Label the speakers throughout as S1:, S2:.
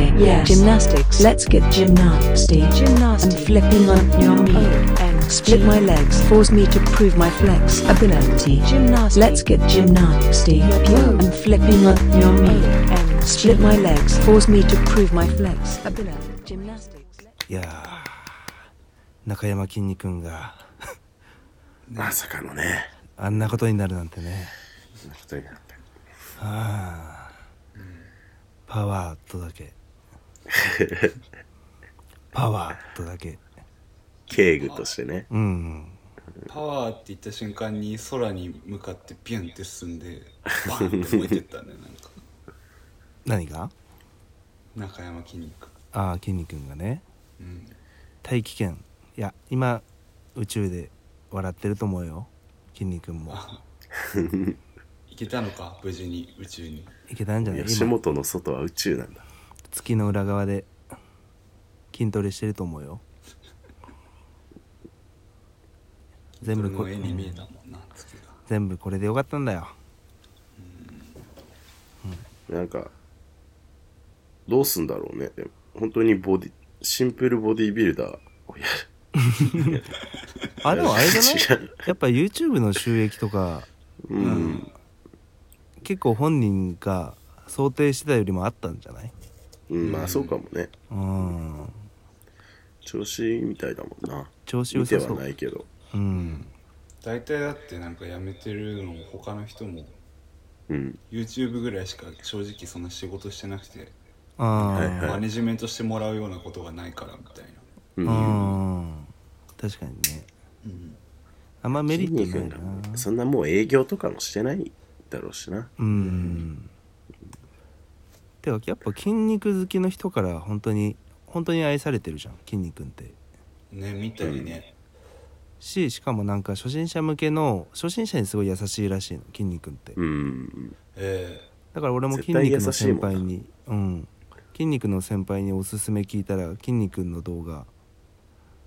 S1: Yes.
S2: Gymnastics.
S1: Let's get gymnasty.
S2: Gymnastics.
S1: And flipping on your me.
S2: Oh, and
S1: Split my legs.
S2: Force me to prove my flex
S1: Ability.
S2: Gymnastics.
S1: Let's get gymnasty.
S2: Oh.
S1: And flipping on your
S2: Oh,
S1: me.
S2: and
S1: Split my legs.
S2: Force me to prove my flex Ability. Gymnastics.
S3: いやー中山きんに君が
S4: まさかのね。
S3: あんなことになるなんてね
S4: そんなことになって
S3: パワーとだ けパワーとだけ
S4: 警具としてね。
S3: うん
S5: パワーって言った瞬間に空に向かってビュンって進 んでバンって置いてったねなんか
S3: 何が
S5: 中山筋肉
S3: ああきんに君がね
S5: うん
S3: 大気圏いや今宇宙で笑ってると思うよきんに君も
S5: 行けたのか無事に宇宙に
S3: いけたんじゃない
S4: 吉
S3: 今
S4: 本の外は宇宙なんだ。
S3: 月の裏側で筋トレしてると思うよ全
S5: それ
S3: 部こ
S5: の絵に見えたもんな月が
S3: 全部これでよかったんだよ
S4: なんか、どうすんだろうね。でも本当にボディ、シンプルボディビルダーをや
S3: あでもあれじゃな
S4: 違
S3: いやっぱ YouTube の収益とか
S4: る。うん。
S3: 結構本人が想定してたよりもあったんじゃない
S4: うん、まあそうかもね。
S3: うん
S4: 調子いいみたいだもんな。
S3: 調子良
S4: 見て
S3: さ
S4: は
S3: そう
S4: ないけど。
S3: うん
S5: 大体だってなんか辞めてるのも他の人も
S4: うん。
S5: YouTube ぐらいしか正直そんな仕事してなくて
S3: あ
S4: はい
S3: ー
S4: は
S5: マ
S4: い。
S5: ネジメントしてもらうようなことがないからみたいな
S4: う。
S3: うんん確かにね
S5: うん
S3: あんまメリ
S4: 筋
S3: ットな
S4: 肉
S3: い
S4: が
S3: な
S4: ねそんなもう営業とかもしてないだろうしな。
S3: うんてかやっぱ筋肉好きの人から本当に本当に愛されてるじゃん筋肉って
S5: ね見たりね、
S3: ししかもなんか初心者向けの初心者にすごい優しいらしいの筋肉って
S4: うん。
S5: え
S3: だから俺も筋
S4: 絶対
S3: 肉
S4: 優
S3: の
S4: しい
S3: 先
S4: もんな
S3: 輩にうん筋肉の先輩におすすめ聞いたら筋肉の動画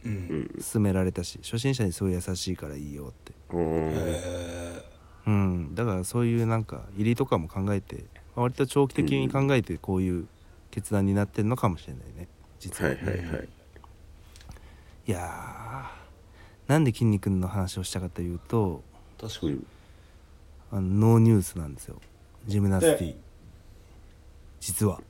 S5: えうん、
S4: うん
S3: 勧められたし初心者にすごい優しいからいいよって
S4: おー
S5: え
S3: うんだからそういうなんか入りとかも考えてまあ割と長期的に考えてこういう決断になってるのかもしれないね実
S4: は
S3: は、
S4: いはいはい。
S3: いやーなんで筋肉の話をしたかというと
S5: ー確か
S4: う
S5: に、
S4: ん。
S3: あのノーニュースなんですよジムナスティ
S5: で
S3: 実は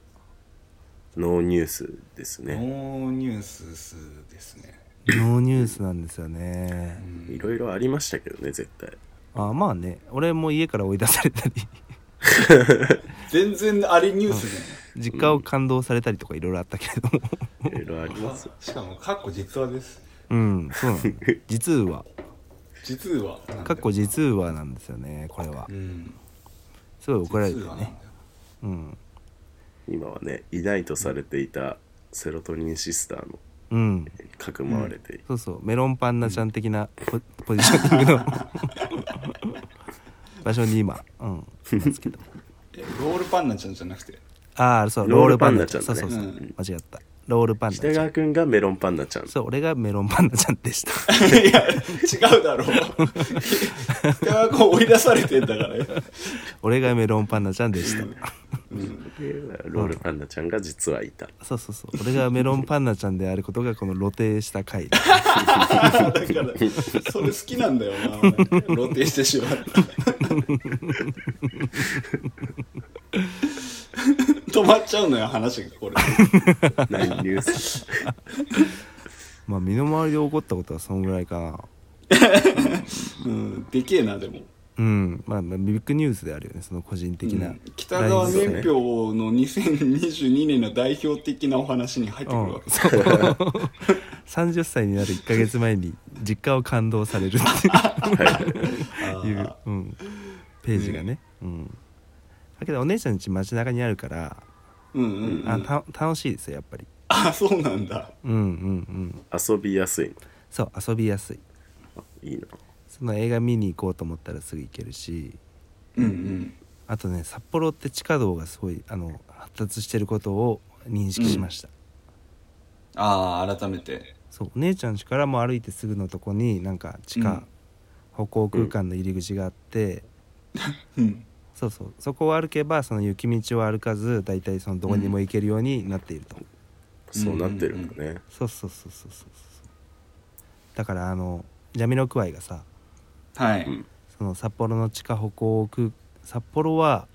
S4: ノーニュースですね。
S5: ノーニューススですね
S3: ノーニュースなんですよね
S4: いろいろありましたけどね、絶 対。
S3: あまあね俺も家から追い出されたり
S5: 全然あれニュースじ
S3: 実家を感動されたりとかいろいろあったけれど も
S4: いろいろあり
S5: ゃない
S4: ます。
S5: しかもかっこ実話です
S3: うんそうなの実は
S5: 実はなんだよ
S3: かっこ実はなんですよねこれは
S5: うん
S3: すごい怒られて
S5: 実
S3: る
S5: はなんだ
S3: ね
S5: よ
S3: うん
S4: 今はね、いないとされていたセロトニンシスターの
S3: うん
S4: かくまわれている、
S3: そうそうメロンパンナちゃん的なポ,、ポジショニング の場所に今うんいますけど
S5: えロールパンナちゃんじゃなくて
S3: ああそう
S4: ロールパンナちゃんだ
S3: そうそ
S4: ね
S3: うそう、
S5: う
S3: 間違ったロールパンナ
S4: 北
S3: ちゃん
S4: 川君がメロンパンナちゃん
S3: そう俺がメロンパンナちゃんでした
S5: いや違うだろう 北川君追い出されてんだから よ
S3: 俺がメロンパンナちゃんでした
S4: ロールパンナちゃんが実はいた、
S3: そうそうそう俺がメロンパンナちゃんであることがこの露呈した回
S5: だからそれ好きなんだよな俺露呈してしまう 止まっちゃうのよ話がこれ
S4: ないニュース
S3: まあ身の回りで起こったことはそんぐらいかな
S5: うんでけえなでも
S3: うんまあまあビッグニュースであるよねその個人的な、
S5: 北川
S3: ライン
S5: 年表の2022年の代表的なお話に入ってくるわけ、
S3: そう 30歳になる1か月前に実家を感動される っ
S4: はい
S3: ていう、うん、ページがね、うん、だけどお姉ちゃんち街中にあるから、
S5: うん、うんうん
S3: あた楽しいですよやっぱり
S5: あそうなんだ
S3: うんうんうん
S4: 遊びやすい
S3: そう遊びやすい
S4: のいいな
S3: その映画見に行こうと思ったらすぐ行けるし
S5: うんうん
S3: あとね札幌って地下道がすごいあの発達してることを認識しました、
S5: ああ改めて
S3: そうお姉ちゃん家からも歩いてすぐのとこになんか地
S5: う
S3: 下
S5: ん
S3: 歩行空間の入り口があって、
S5: うん
S3: そうそうそこを歩けばその雪道を歩かず大体そのどこにも行けるようになっていると、
S4: そうなってるんだね、
S3: そうそうそうそうそうそうだからあのジャミロクワイがさ
S5: はい、
S4: うん
S3: その札幌の地下歩行区札幌は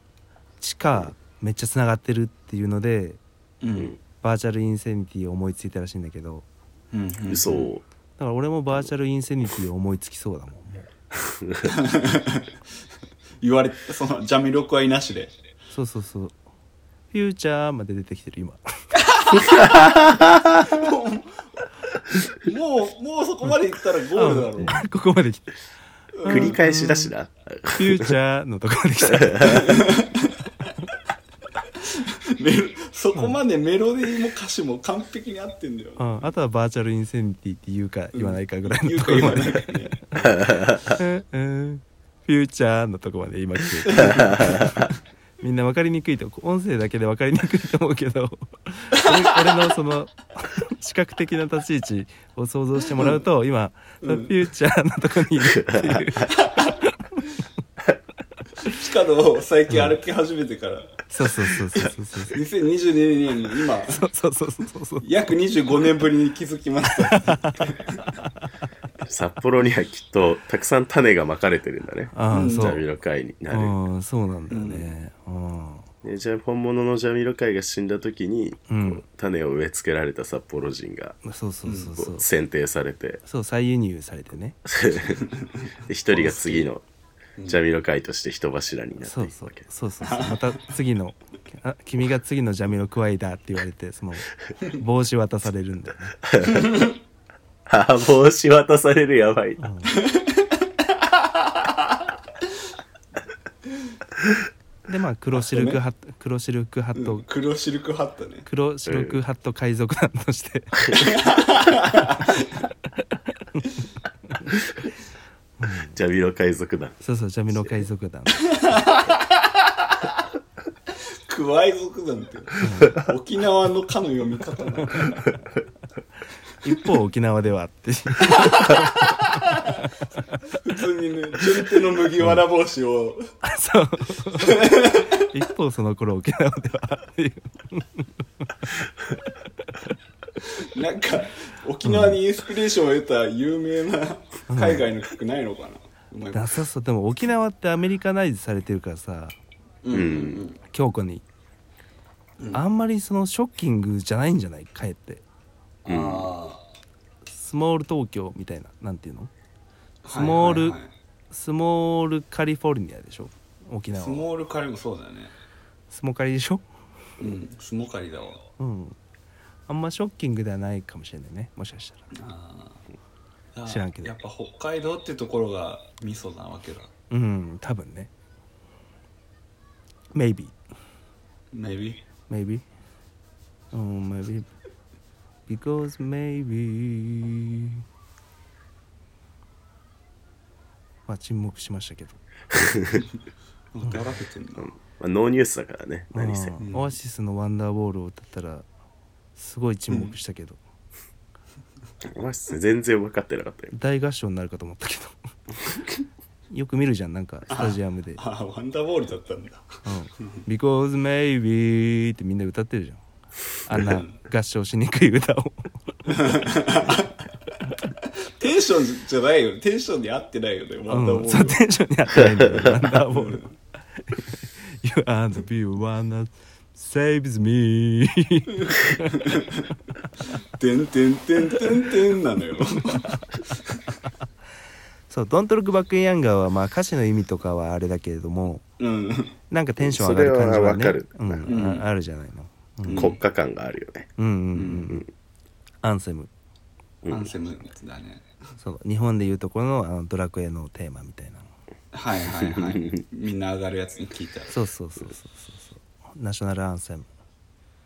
S3: 地下めっちゃつながってるっていうので
S5: うん
S3: バーチャルインセニティを思いついたらしいんだけど
S5: うんうん
S4: 嘘を
S3: だから俺もバーチャルインセニティを思いつきそうだもん
S5: 言われてそのジャミロクワイなしで
S3: そうそうそうフューチャーまで出てきてる今
S5: もうもうそこまでいったらゴールだろう
S3: ここまで来て
S4: 繰り返しだしな、
S3: フューチャーのとこまで来た
S5: メロそこまでメロディーも歌詞も完璧に合ってんだよ
S3: う。ん、あとはバーチャルインセニティって言うか言わないかぐらい
S5: 言う
S3: のと
S5: か
S3: ころ
S5: 言
S3: ま
S5: わ
S3: で、
S5: ないかね。
S3: うんうんフューチャーのとこまで今来 てるみんな分かりにくいと音声だけで分かりにくいと思うけど俺俺のその視覚的な立ち位置を想像してもらうと今、そのフューチャーのとこにいるっていう
S5: 地下道最近歩き始めてから、
S3: そうそうそうそうそうそう
S5: 2022年に今、
S3: そうそうそうそうそう
S5: 約25年ぶりに気づきました。
S4: 札幌にはきっとたくさん種がまかれてるんだね
S3: ああ、
S4: ジ
S3: そ
S4: ャミ
S3: う
S4: ロ会になる、
S3: うんそうなんだよね、うん
S4: ねじゃあ本物のジャミロ会が死んだ時に、
S3: うん
S4: こう種を植え付けられた札幌人が
S3: そうそうそう
S4: こう
S3: そう、
S4: 選定されて
S3: そう再輸入されてね
S4: で一人が次のジャミロ会として人柱になって
S3: そ
S4: いうく
S3: そ
S4: わ
S3: う
S4: け
S3: そうそうそうまた次の「あ君が次のジャミロクワイだ」って言われてその帽子渡されるんだよね
S4: ああ帽子渡されるやばいな、
S3: でまあ黒シルクハット、黒シルクハット、
S5: 黒シルクハットね。
S3: 黒シルクハット海賊団として、
S4: ジャミロ海賊団
S3: そうそうジャミロ海賊団
S5: クワイ族なんて。沖縄のかの読み方なんだ。
S3: 一方沖縄では っていう
S5: 普通にね、順手の麦わら帽子を、
S3: そう一方その頃沖縄ではっていう
S5: なんか、沖縄にインスピレーションを得た有名な海外の曲ないのかな。うまいこと
S3: だそうそうでも沖縄ってアメリカナイズされてるからさ
S5: うんうん
S3: 京子に、あんまりそのショッキングじゃないんじゃないかえって
S5: うん。あ
S3: スモール東京みたいななんていうの
S5: あ。
S3: スモール
S5: はいはいはい
S3: スモールカリフォルニアでしょ沖縄
S5: ス
S3: は
S5: モールカリもそうだね。
S3: スモカリでしょ
S5: うん、スモカリだわ。
S3: うんあんまショッキングではないかもしれないねもしかしたら
S5: あー
S3: 知らんけど
S5: やっぱ北海道ってところが味噌なわけだ。
S3: うん多分ね maybe
S5: Maybe?
S3: maybe うん maybe because maybe まあ沈黙しましたけど
S5: なんかだらけてんな。
S4: まあ、ノーニュースだからね何せ
S3: うんオアシスの「ワンダーボール」を歌ったらすごい沈黙したけど、
S4: お前っすね全然分かってなかったよ
S3: 大合唱になるかと思ったけどよく見るじゃんなんかスタジアムで
S5: ああ、ワンダーボールだったんだ。
S3: 「Because Maybe」ってみんな歌ってるじゃんあんな合唱しにくい歌を
S5: テンションじゃないよね。テンションに合ってないよね、ワンダー
S3: う
S5: ボ
S3: ん、
S5: ー
S3: その
S5: ルは。
S3: テンションに合ってないんだよ ワンダーボール You are the view wanna saves me
S5: てんてんてんてんてんなのよ。
S3: そう「Don't Look Back in Anger」はまあ歌詞の意味とかはあれだけれども
S5: うん。
S3: なんかテンション上がる感じはね
S4: それはわかる
S3: うんああるじゃないの
S4: 国家感があるよね
S3: うんうんうんうんアンセム
S5: アンセムだね。
S3: そう日本でいうところのあのドラクエのテーマみたいな
S5: はいはいはい。みんな上がるやつに聞いた。
S3: そうそうそうそうそうそうナショナルアンセム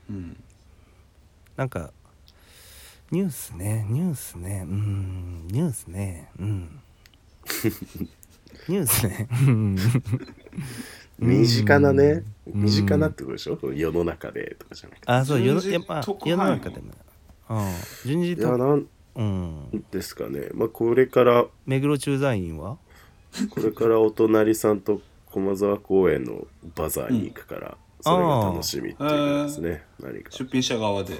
S5: うん。
S3: なんかニュースねニュースねうんニュースねうん ニュースねうん
S4: 身近なね身近なってことでしょこの世の中でとかじゃなくて
S3: あそう世の
S5: 順次
S3: やっぱ
S5: 特
S3: 世の
S5: 派員
S3: 中でもうん順次
S4: いや
S3: と
S4: なん
S3: うん
S4: ですかねまあこれから
S3: 目黒駐在員は
S4: これからお隣さんと駒沢公園のバザーに行くから、それが楽しみっていうことですね何か
S5: 出品者側で
S4: い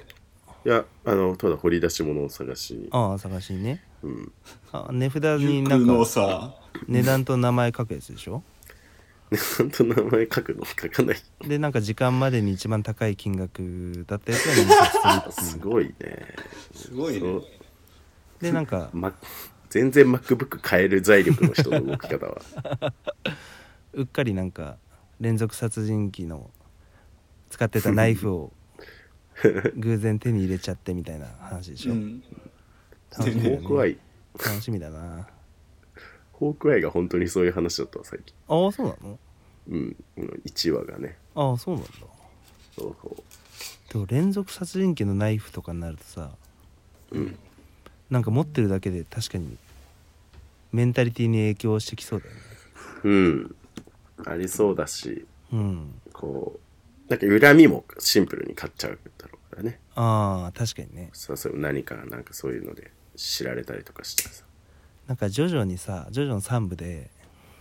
S4: やあのただ掘り出し物を探しに
S3: ああ探しにね
S4: うん、
S3: あ値札に
S5: 有
S3: な
S5: 空
S3: ん
S5: の
S3: か
S5: さ
S3: 値段と名前書くやつでしょ
S4: で本当名前書くの書かない
S3: でなんか時間までに一番高い金額だったやつが入札す
S4: す
S3: る
S4: ごいね
S5: すごい
S4: そ
S5: ね
S4: う
S3: でなんか
S4: ま、全然 MacBook 買える財力の人の動き方は
S3: うっかりなんか連続殺人鬼の使ってたナイフを 偶然手に入れちゃってみたいな話でしょ、
S5: うん
S3: 楽しみだ
S4: ホ
S3: ね
S4: ークアイ
S3: 楽しみだな
S4: ホークアイが本当にそういう話だったわ最近
S3: ああそうなの
S4: うん1話がね
S3: ああそうなんだ
S4: そうそう
S3: でも連続殺人鬼のナイフとかになるとさ、
S4: うん
S3: なんか持ってるだけで確かにメンタリティに影響してきそうだよね
S4: うんありそうだし
S3: うん
S4: こうなんか恨みもシンプルに買っちゃうだろうからね
S3: ああ確かにね
S4: そうそう何かなんかそういうので知られたりとかしてさ
S3: なんか徐々にさ徐々の3部で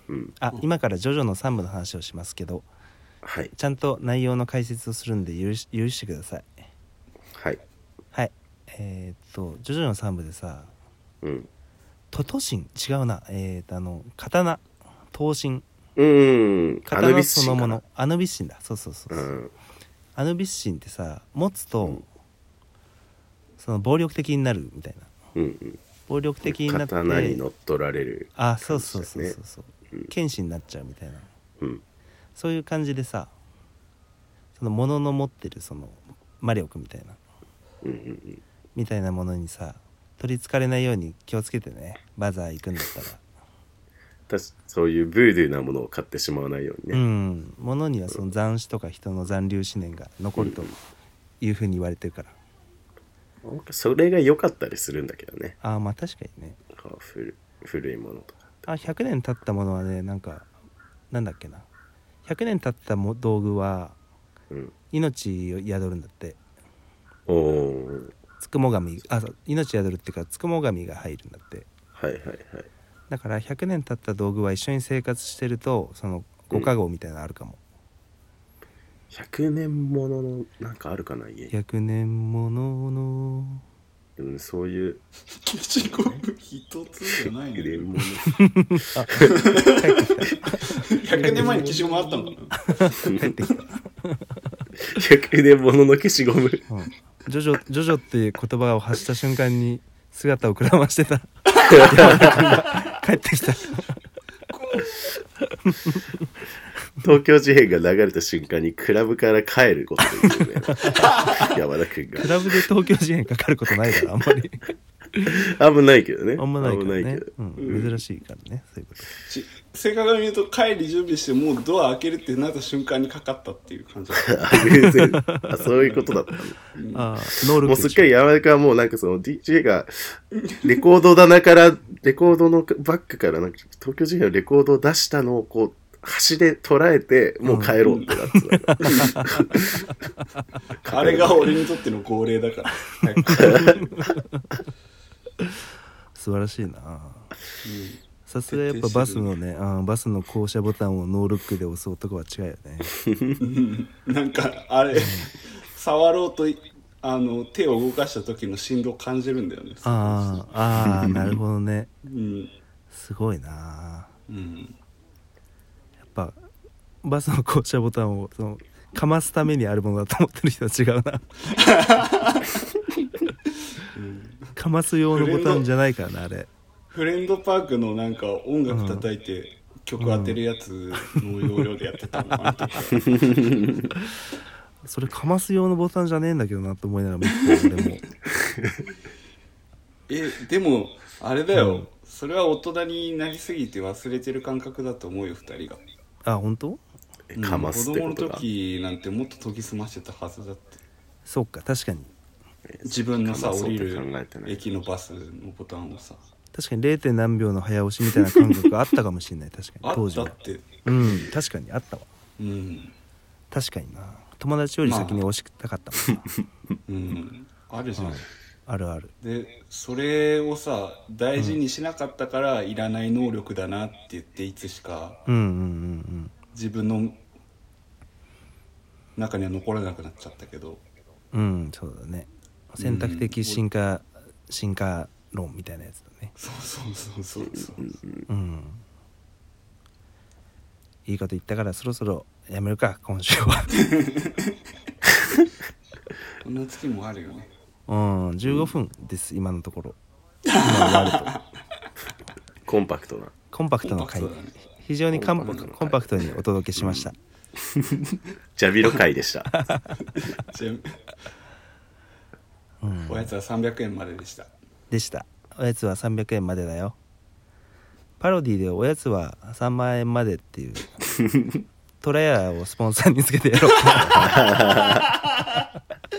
S4: うん
S3: あ今から徐々の3部の話をしますけど
S4: はい
S3: ちゃんと内容の解説をするんで許し許してください
S4: はい
S3: はいえー、っと徐々の3部でさ
S4: うん
S3: トトシン違うなえー、っとあの刀刀身
S4: うーんアヌ
S3: 刀
S4: ビス
S3: そ
S4: 神
S3: のも
S4: か
S3: のアヌビス神だそうそうそう
S4: う
S3: そう、
S4: ん
S3: アヌビス神ってさ持つと、その暴力的になるみたいな
S4: うん
S3: 暴力的
S4: う
S3: に
S4: ん
S3: なって
S4: 刀に乗っ取られる
S3: あそうそうそうそう
S4: 感
S3: そう、
S4: うん
S3: 剣士になっちゃうみたいな
S4: うん
S3: そういう感じでさそのものの持ってるその魔力みたいな
S4: うんうんうん
S3: みたいなものにさ取りつかれないように気をつけてねバザー行くんだったら、
S4: たしそういうブードゥーなものを買ってしまわないように
S3: う
S4: ね、
S3: んものにはその斬死とか人の残留思念が残るというふうに言われてるから、
S4: なんかそれが良かったりするんだけどね
S3: ああまあ確かにね
S4: こう古古いものとか
S3: あ100年経ったものはねなんかなんだっけな100年経ったも道具は
S4: うん
S3: 命を宿るんだって
S4: おお
S3: つくも神あそう命宿るっていうかつくも神が入るんだって
S4: はいはいはい
S3: だから100年経った道具は一緒に生活してるとそのご加護みたいなのあるかも、
S4: 100年もののなんかあるかな家に
S3: 100年ものの
S4: うんそういう
S5: 消しゴム一つじゃないの
S4: 100年 も
S5: 100年前に消しゴムあったのかな
S4: の100年ものの消しゴム
S3: うんジョジョジョジョっていう言葉を発した瞬間に姿をくらまして た山田君が帰ってきた
S4: 東京事変が流れた瞬間にクラブから帰ることに言うね 山田君
S3: ク
S4: が
S3: ラブで東京事変かかることないからあん まり
S4: 危ないけどね
S3: あんまないか
S4: 危
S3: ら
S4: ない
S3: ね
S4: けど、
S3: うん、珍しいからねそういうこと
S5: ち正確に言うと帰り準備してもうドア開けるってなった瞬間にかかったっていう感じだった
S4: あ偶然あそういうことだったの
S3: ああ能力
S4: もうすっかり山田君はもうなんかその DJ がレコード棚からレコードのバッグからなんか東京事変のレコードを出したのをこう端で捉えてもう帰ろうってなってたか ら、
S5: あれが俺にとっての号令だから早く
S3: 素晴らしいなさすがやっぱバスのねああバスの降車ボタンをノールックで押す男は違うよね
S5: なんかあれ触ろうといあの手を動かした時の振動感じるんだよね
S3: ああああなるほどね
S5: うん
S3: すごいな
S5: うん
S3: やっぱバスの降車ボタンをそのかますためにあるものだと思ってる人は違うなかます用のボタンじゃないからなあれ
S5: フレンドパークのなんか音楽叩いて曲当てるやつの要領でやってたのあの 時は
S3: それかます用のボタンじゃねえんだけどなと思いながら見てた俺も
S5: えでもあれだよ、それは大人になりすぎて忘れてる感覚だと思うよ二人が
S3: あ本当
S4: えかますっ
S5: 子
S4: て
S5: 供
S4: こ
S5: の
S4: とが、
S5: 時なんてもっと研ぎ澄ましてたはずだって
S3: そうか確かに
S5: 自分の
S4: か
S5: さ
S4: ま
S5: 降
S4: そうっ
S5: り
S4: て
S5: る
S4: 考えてない
S5: 駅のバスのボタンをさ
S3: 確かに 0. 点何秒の早押しみたいな感覚があったかもしれ ない確か
S5: あ
S3: に当
S5: っ
S3: 時
S5: た
S3: は
S5: って
S3: うん確かにあったわ
S5: うん
S3: 確かにな友達より先に押したかったもん な、
S5: うんあるじゃん、
S3: あ、るある
S5: でそれをさ大事にしなかったからいらない能力だなって言っていつしか
S3: うんうんうんうん
S5: 自分の中には残らなくなっちゃったけど
S3: うんそうだね選択的進化、進化論みたいなやつだね
S5: そうそうそうそうそう
S3: うんいいこと言ったからそろそろやめるか今週 は
S5: こんな月もある よね
S3: うん15分です今のとこ ろ今終わると
S4: コンパクトな。
S3: コンパク
S5: コ
S3: ト
S5: ンパ
S3: の
S5: ク
S3: 回
S5: トだね
S3: 非常にカン
S4: コンパクトの回
S3: コンパクトにお届けしました、
S4: ジャビロ会でした。
S5: ちなみに
S3: うん
S5: おやつは300円まででした
S3: でしたおやつは300円までだよパロディでおやつは3万円までって いうトラヤをスポンサーにつけてやろう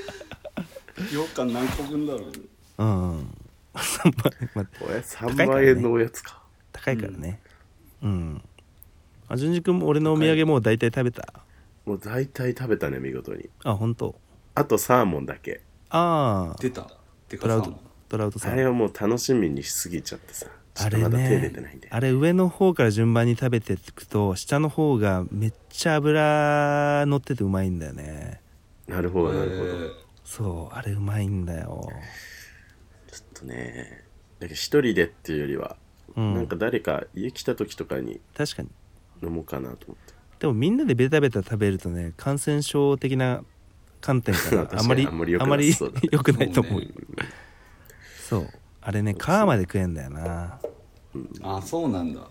S5: 羊羹何個分だろうね
S3: うん、うん、3万円まで
S4: おや3万円のおやつか。
S3: 高いからねうん、あ順次君も俺のお土産もう大体食べた
S4: もう大体食べたね、見事に。
S3: あ本当
S4: あとサーモンだけ。
S3: ああ
S5: 出たて
S3: ト
S5: か
S3: ラウ
S5: さ
S3: トトラウトさ
S4: あ
S3: ん
S4: れはもう楽しみにしすぎちゃってさ。ちょ
S3: あ
S4: っと
S3: れ
S4: まだ手出
S3: ね
S4: てないんで。
S3: あれ上の方から順番に食べていくと下の方がめっちゃ油乗っててうまいんだよね
S4: なるほど、なるほど。
S5: えー
S3: そうあれうまいんだよ
S4: ちょっとね、だけど一人でっていうよりは、
S3: うん
S4: なんか誰か家来た時とかに
S3: 確かに
S4: 飲もうかなと思って。
S3: でもみんなでベタベタ食べるとね感染症的な観点か
S4: 確
S3: ら
S4: かに
S3: あんまり
S4: あんまり良く
S3: あ
S4: なん
S3: まり
S4: そうだね
S3: 良くないと思う
S5: そう
S3: そうあれね皮まで食えんだよな
S5: あそうなんだ、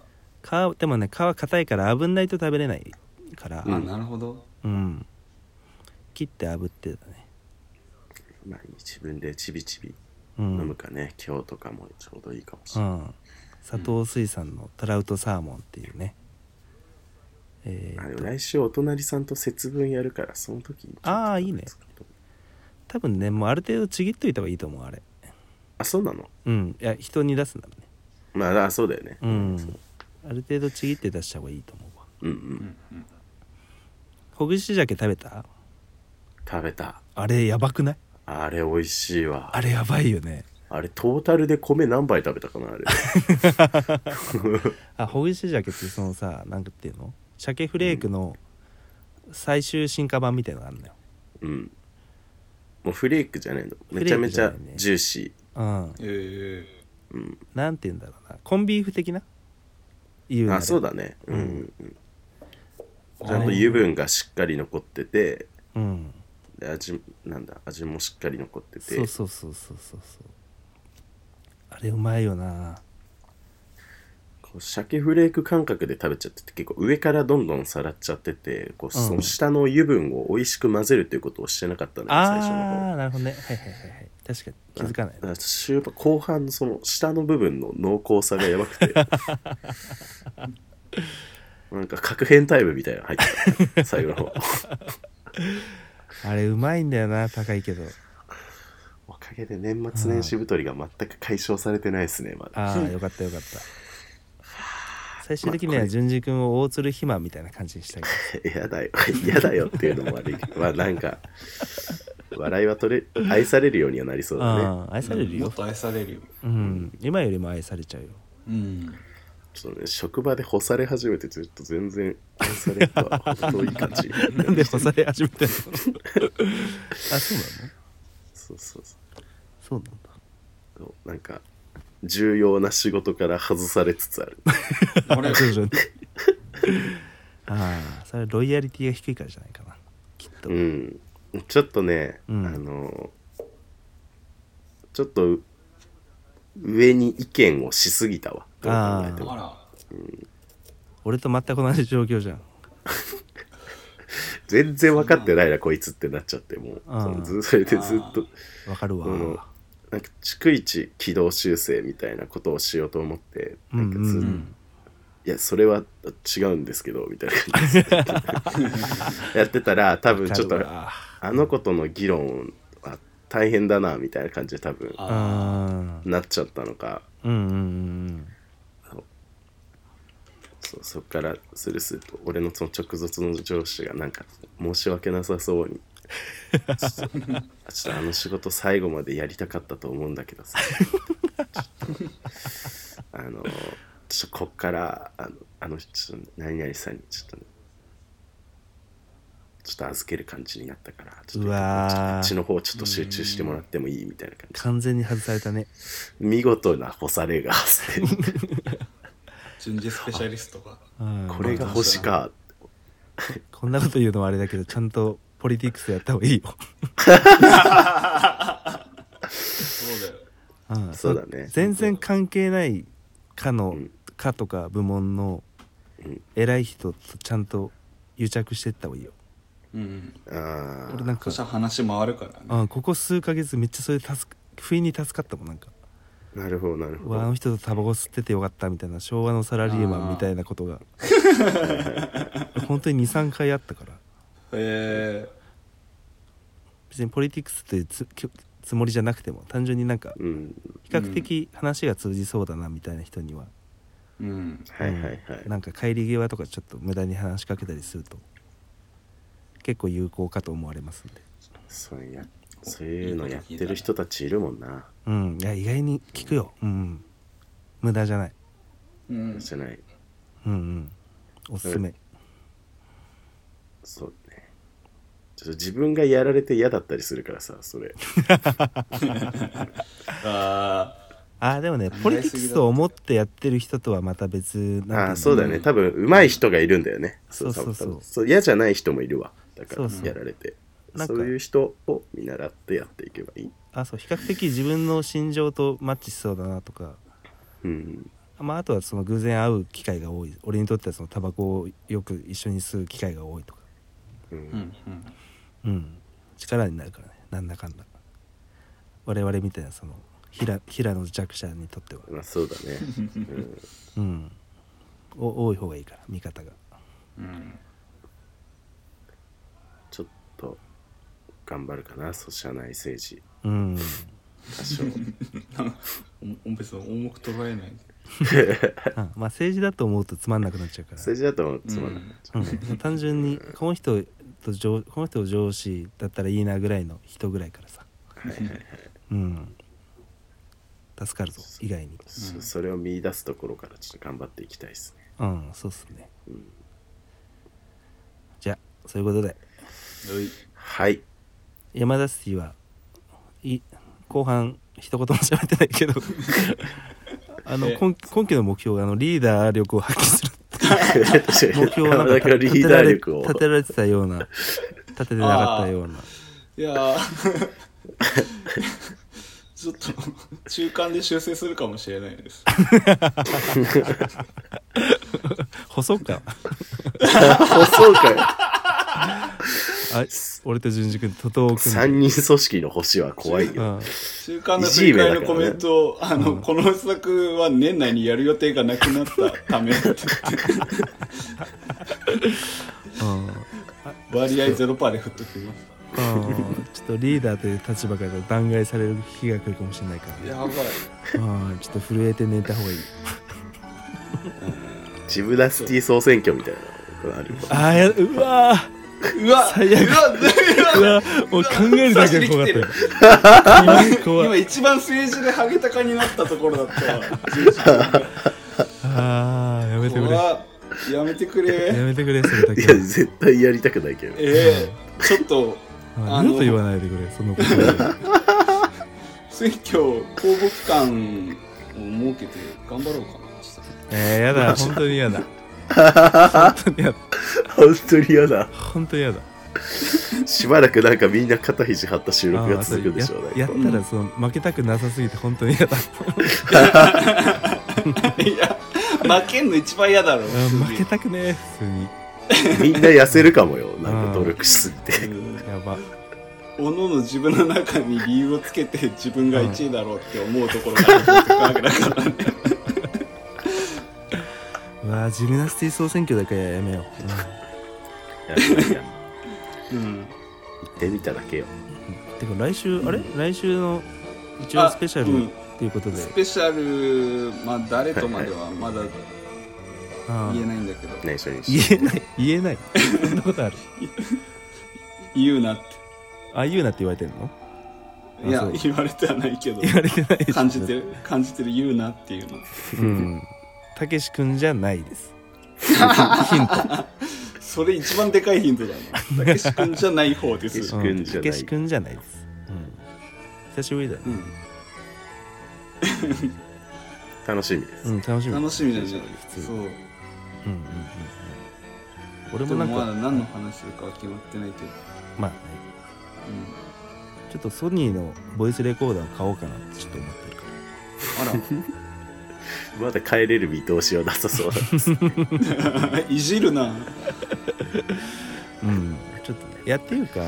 S3: 皮でもね皮硬いから炙んないと食べれないから
S5: あなるほど
S3: うん切って炙ってたね
S4: 毎日自分でちびちび
S3: う
S4: 飲
S3: ん、
S4: むかね、今日とかもちょうどいいかもし
S3: う
S4: れない。
S3: ん、佐藤水産のトラウトサーモンっていうね、え
S4: あ
S3: ー
S4: でも来週お隣さんと節分やるから、その時にちょっと
S3: あーいいね
S4: 作ろう
S3: 多分ねもうある程度ちぎっといた方がいいと思うあれ
S4: あ、そうなの
S3: うんいや人に出すんだもんね
S4: まああ、そうだよね。
S3: うんある程度ちぎって出した方がいいと思うわ
S4: うんうん。
S3: ほぐし鮭食べた
S4: 食べた。
S3: あれやばくない
S4: あれ美味しいわ。
S3: あれやばいよね
S4: あれトータルで米何杯食べたかな あれ。
S3: あほぐし鮭ってそのさなんかっていうの鮭フレークの最終進化版みたいなのがあるんだよ
S4: うん。もうフレークじゃないの。
S3: レー
S4: め
S3: ク
S4: ち
S3: じ
S4: ゃ
S3: ゃないね
S4: めちゃジューシ
S3: うん
S5: えー、
S3: なんて言うんだろうなコンビーフ的な言う
S4: ー。
S3: なら
S4: あ、そうだね。うんうんうん。ちゃんと油分がしっかり残ってて、
S3: うん
S4: で味なんだ味もしっかり残ってて
S3: そうそうそうそうそうそうあれうまいよな
S4: こう鮭フレーク感覚で食べちゃってて結構上からどんどんさらっちゃっててこう
S3: うん
S4: その下の油分を美味しく混ぜるということをしてなかったね、最初の
S3: あ
S4: 方
S3: ーなるほどねはいはいはいはい確かに気づかない
S4: だから終盤後半のその下の部分の濃厚さがやば くてなんか核変タイムみたいなの入ってた最後の方
S3: あれうまいんだよな高いけど
S4: おかげで年末年始太りが全く解消されてないですねまだ
S3: ああよかったよかった 最終的には淳二君を大鶴肥満みたいな感じにしたけど
S4: 嫌だよ嫌だよっていうのも悪 いけどまあなんか笑いは取れ愛されるようにはなりそうだね
S3: うん、愛される
S5: も
S3: よ
S5: っ、と愛されるよ
S3: うん、今よりも愛されちゃうよ
S5: うん
S4: ちょっとね職場で干され始めてずっと全然愛されるとは程遠い感じ
S3: なんで干され始めたのあそうなの
S4: そうそうそう
S3: そうなんだ
S4: そうなんか重要な仕事から外されつつある
S5: 俺
S3: 徐々に ああそれはロイヤリティが低いからじゃないかなきっと
S4: うんちょっとね、
S3: うん
S4: あのちょっと上に意見をしすぎたわどう考えて
S5: あ
S4: も
S5: ら
S3: 俺と全く同じ状況じゃん
S4: 全然分かってないなこいつってなっちゃってもう
S3: あー
S4: そのずそ れでずっと
S3: わかるわ、
S4: このなんか逐一軌道修正みたいなことをしようと思ってなんかずっと、
S3: うんうん
S4: いやそれは違うんですけどみたいな感じ でやってたら多分ちょっと
S3: わかるわ
S4: あの子との議論は大変だなみたいな感じで多分
S5: あ
S3: あ
S4: なっちゃったのか
S3: ーうんうんうん
S4: そうそっからスルスルと俺のその直属の上司がなんか申し訳なさそうにちょっとちょっとあの仕事最後までやりたかったと思うんだけどさちょっとあのちょっとこっからあのあのちょっと何々さんにちょっとねちょっと預ける感じになったから、ちょっ
S3: う
S4: とあ
S3: わ
S4: っち
S3: ー
S4: の方ちょっと集中してもらってもいいみたいな感じ。
S3: 完全に外されたね
S4: 見事な干されが発生。
S5: 人事スペシャリストが
S3: うん
S4: これが星か。
S3: こんなこと言うのはあれだけどちゃんとポリティクスやった方がいいよ、
S5: そうだよ
S3: うん
S4: そうだね
S3: 全然関係ないかの、
S4: うん
S3: かとか部門の
S4: うん
S3: 偉い人とちゃんと癒着してった方がいいよ
S5: うん
S4: あ
S3: 俺なん
S4: ー
S5: そ
S3: か
S5: したら話回るからね
S3: うん、ここ数ヶ月めっちゃそれ助か不意に助かったもんなんか
S4: なるほど、なる
S3: う
S4: ほ
S3: わあの
S4: ど。
S3: 人とタバコ吸っててよかったみたいな昭和のサラリーマンみたいなこと が本当に23回あったから
S5: へえ
S3: 別にポリティクスというつきょつもりじゃなくても単純になんか
S4: うん。
S3: 比較的話が通じそうだなみたいな人には、
S5: うん
S4: はいはいはい。
S3: なんか帰り際とかちょっと無駄に話しかけたりすると結構有効かと思われますんで
S4: そうやそういうのやってる人たちいるもんな。
S3: うんいや意外に聞くようん無駄じゃない
S5: うん
S4: じゃない。
S3: うんうんおすすめ
S4: そうね。ちょっと自分がやられて嫌だったりするからさ、それ。
S5: あ
S3: あーでもねポリティクスと思ってやってる人とはまた別 なんていの
S4: ああ、そうだね。多分、上手い人がいるんだよね。
S3: そうそうそう
S4: 多分そう。嫌じゃない人もいるわ。だか
S3: そ
S4: ら
S3: う、そう
S4: やられて。
S3: なんか
S4: そういう人を見習ってやっていけばいい。
S3: あそう比較的自分の心情とマッチしそうだなとか、
S4: うん。
S3: まあ、あとはその偶然会う機会が多い俺にとってはそのタバコをよく一緒に吸う機会が多いとか
S4: う。
S5: ーうんんうん
S3: うん力になるからねなんだかんだ我々みたいなその平平の弱者にとっては
S4: まあ、そうだね。うん
S3: うんお多い方がいいから味方が
S5: うん
S4: ちょっと、頑張るかな、そう社内政治。
S3: うん
S4: 多少。
S5: おお別に重く捉えない
S3: あまあ政治だと思うとつまんなくなっちゃうから
S4: 政治だとつまらない。
S3: うん、単純にこの人と上この人を上司だったらいいなぐらいの人ぐらいからさ、うん助かるぞ意外に
S4: そそれを見出すところからちょっと頑張っていきたいですね。
S3: うんそうっすね、じゃあそういうことで
S5: おい
S4: はい。
S3: 山田シティはい後半一言も喋ってないけどあの
S5: え
S3: 今今期の目標があのリーダー力を発揮する
S4: 確
S3: 目 標をなん
S4: だ
S3: か
S4: からリーダー力を。
S3: 立てられてたような立ててなかったようない
S5: やーちょっと中間で修正するかもしれないです
S3: 細っか
S4: そうかよ。
S3: あ俺と淳二君徒党を組んで
S4: 三人組織の星は怖いよ。
S3: うん
S5: 中間の振り返りのコメントを、あの、
S3: うん
S5: この作は年内にやる予定がなくなったためって
S3: うん
S5: 割合0%で振っときまし
S3: うんちょっとリーダーという立場から弾劾される日が来るかもしれないか
S5: たやばい
S3: ら、うんちょっと震えて寝た方がいい
S4: ジブラスティ総選挙みたいなのがあるよ。
S3: あーやうわ
S5: うわ
S3: 最悪
S5: うわ
S3: ーう
S5: うわ
S3: わーもう考えるだけで怖かったよ怖い
S5: 今一番政治でハゲタカになったところだった わ
S3: あーやめてくれや
S5: 怖っやめてくれ
S3: めてくれそれだ
S4: い
S3: け
S4: や、
S3: は
S4: 絶対やりたくないけど。
S5: ええちょっと
S3: あ二度と言わないでくれそのことは
S5: 選挙公募期間を設けて頑張ろうかなちょっ
S3: えー、やだ本当にやだ本当にやだ
S4: 本当に嫌だ。
S3: 本当にやだ
S4: しばらくなんかみんな肩肘張った収
S3: あ
S4: 録
S3: ー
S4: が続くでしょう
S3: それ
S4: ね
S3: や。やったらその負けたくなさすぎて本当にやだ
S5: といや負けんの一番嫌だろ
S3: うん負けたくねえ普通に
S4: みんな痩せるかもよ。なんか努力しすぎて。
S5: うん
S3: やば
S5: おのの自分の中に理由をつけて自分が1位だろうって思うところがあるわけだからね
S3: うわージムナスティ総選挙だけはやめよう、
S4: い やいや
S5: うん
S4: 行ってみただけよ。
S3: てか来週、あれ来週の一応
S5: あ
S3: スペシャ
S5: う
S3: ル
S5: ん
S3: っていうことで、
S5: スペシャルまあ誰とまではまだ
S3: ああ
S5: 言えないんだけど
S4: 内緒に
S3: 言
S4: し
S3: えない言えないそんなことある
S5: 言うなっ
S3: あ言うなって言われてんの
S5: ていや
S3: そう
S5: 言われてはないけど
S3: 言われてない
S5: 感じてる感じてる言うなって いうの
S3: うんたけし君じゃないですヒント
S5: それ一番でかいヒントだな。たけし君じゃない方で
S4: たけし
S5: す。
S4: 君じゃない
S3: たけし君じゃないです、うん、久しぶりだね
S5: うん
S4: 楽しみです。
S3: うん楽しみ
S5: 楽しみなんじゃない
S3: 普通
S5: そう。
S3: うんうんうんうん俺
S5: で
S3: もな
S5: も
S3: んか
S5: まだ何の話するかは決まってないけど。
S3: まあねちょっとソニーのボイスレコーダーを買おうかなってちょっと思ってるか
S5: うん
S4: まだ帰れる見通しはなさそうだ。
S5: あら、 いじるな。
S3: らうんちょっとねいやっていうか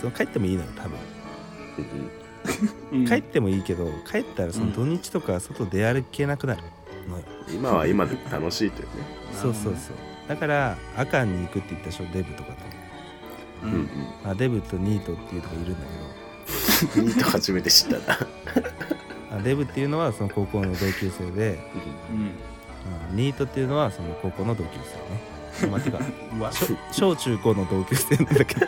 S3: その帰ってもいいのよ多分
S5: うん
S3: 帰ってもいいけど帰ったらその土日とか外出歩けなくなるのよ、
S4: 今は今で楽しいというね。
S3: そうそうそうだからアカンに行くって言ったでしょデブとかと、
S5: う
S4: うん
S5: ん。
S3: まあ、デブとニートっていうとこいるんだ
S4: うん。ニート初めて知ったな。
S3: けどあデブっていうのはその高校の同級生で、
S5: うん。
S3: うんニートっていうのはその高校の同級生 ねまあてか小小中高の同級生なんだ けど、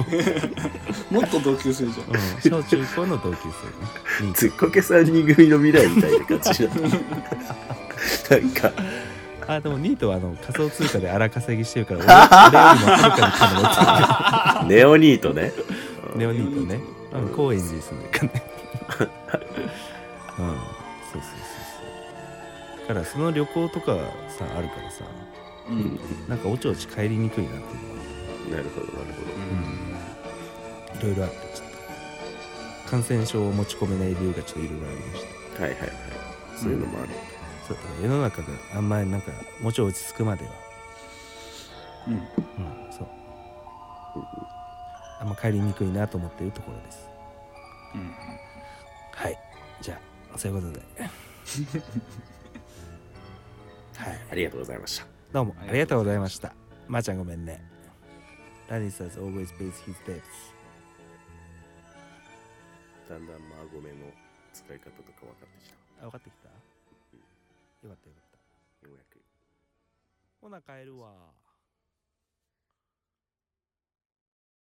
S5: もっと同級生じゃん。
S3: うん、小中高の同級生ねニート
S4: ずっこけ3人組の未来みたいな感じだ。なんか、
S3: あでもニートはあの仮想通貨で荒稼ぎしてるから俺俺よりもはるかに金持ってる
S4: ネオニートね。
S3: ネオニートね。
S5: う
S3: うんん、高円寺に住んでるからね。うん、そうそうそうそう。だからその旅行とかさあるからさ、
S5: う
S4: うん。
S5: ん。
S3: なんかおちおち帰りにくいなっていうのは、
S4: なるほど、なるほど。
S3: うん、いろいろあってちょっと感染症を持ち込めない理由がちょっといろいろありました。
S4: はいはいはい。そういうのもある。
S3: そうだから世の中があんまりなんかもうちょい落ち着くまでは、
S5: うん。
S3: うん、そう。あんま帰りにくいなと思っているところです。
S5: うん。
S3: はいじゃあそういうこと ではい
S4: ありがとうございました。
S3: どうもありがとうございましたまー、ちゃんごめんねラニサーズ always pays his debts
S4: だんだんマーゴメの使い方とか分かってきた。
S3: あ分かってきたよかったよかった
S4: ようやく。
S3: ほな帰るわ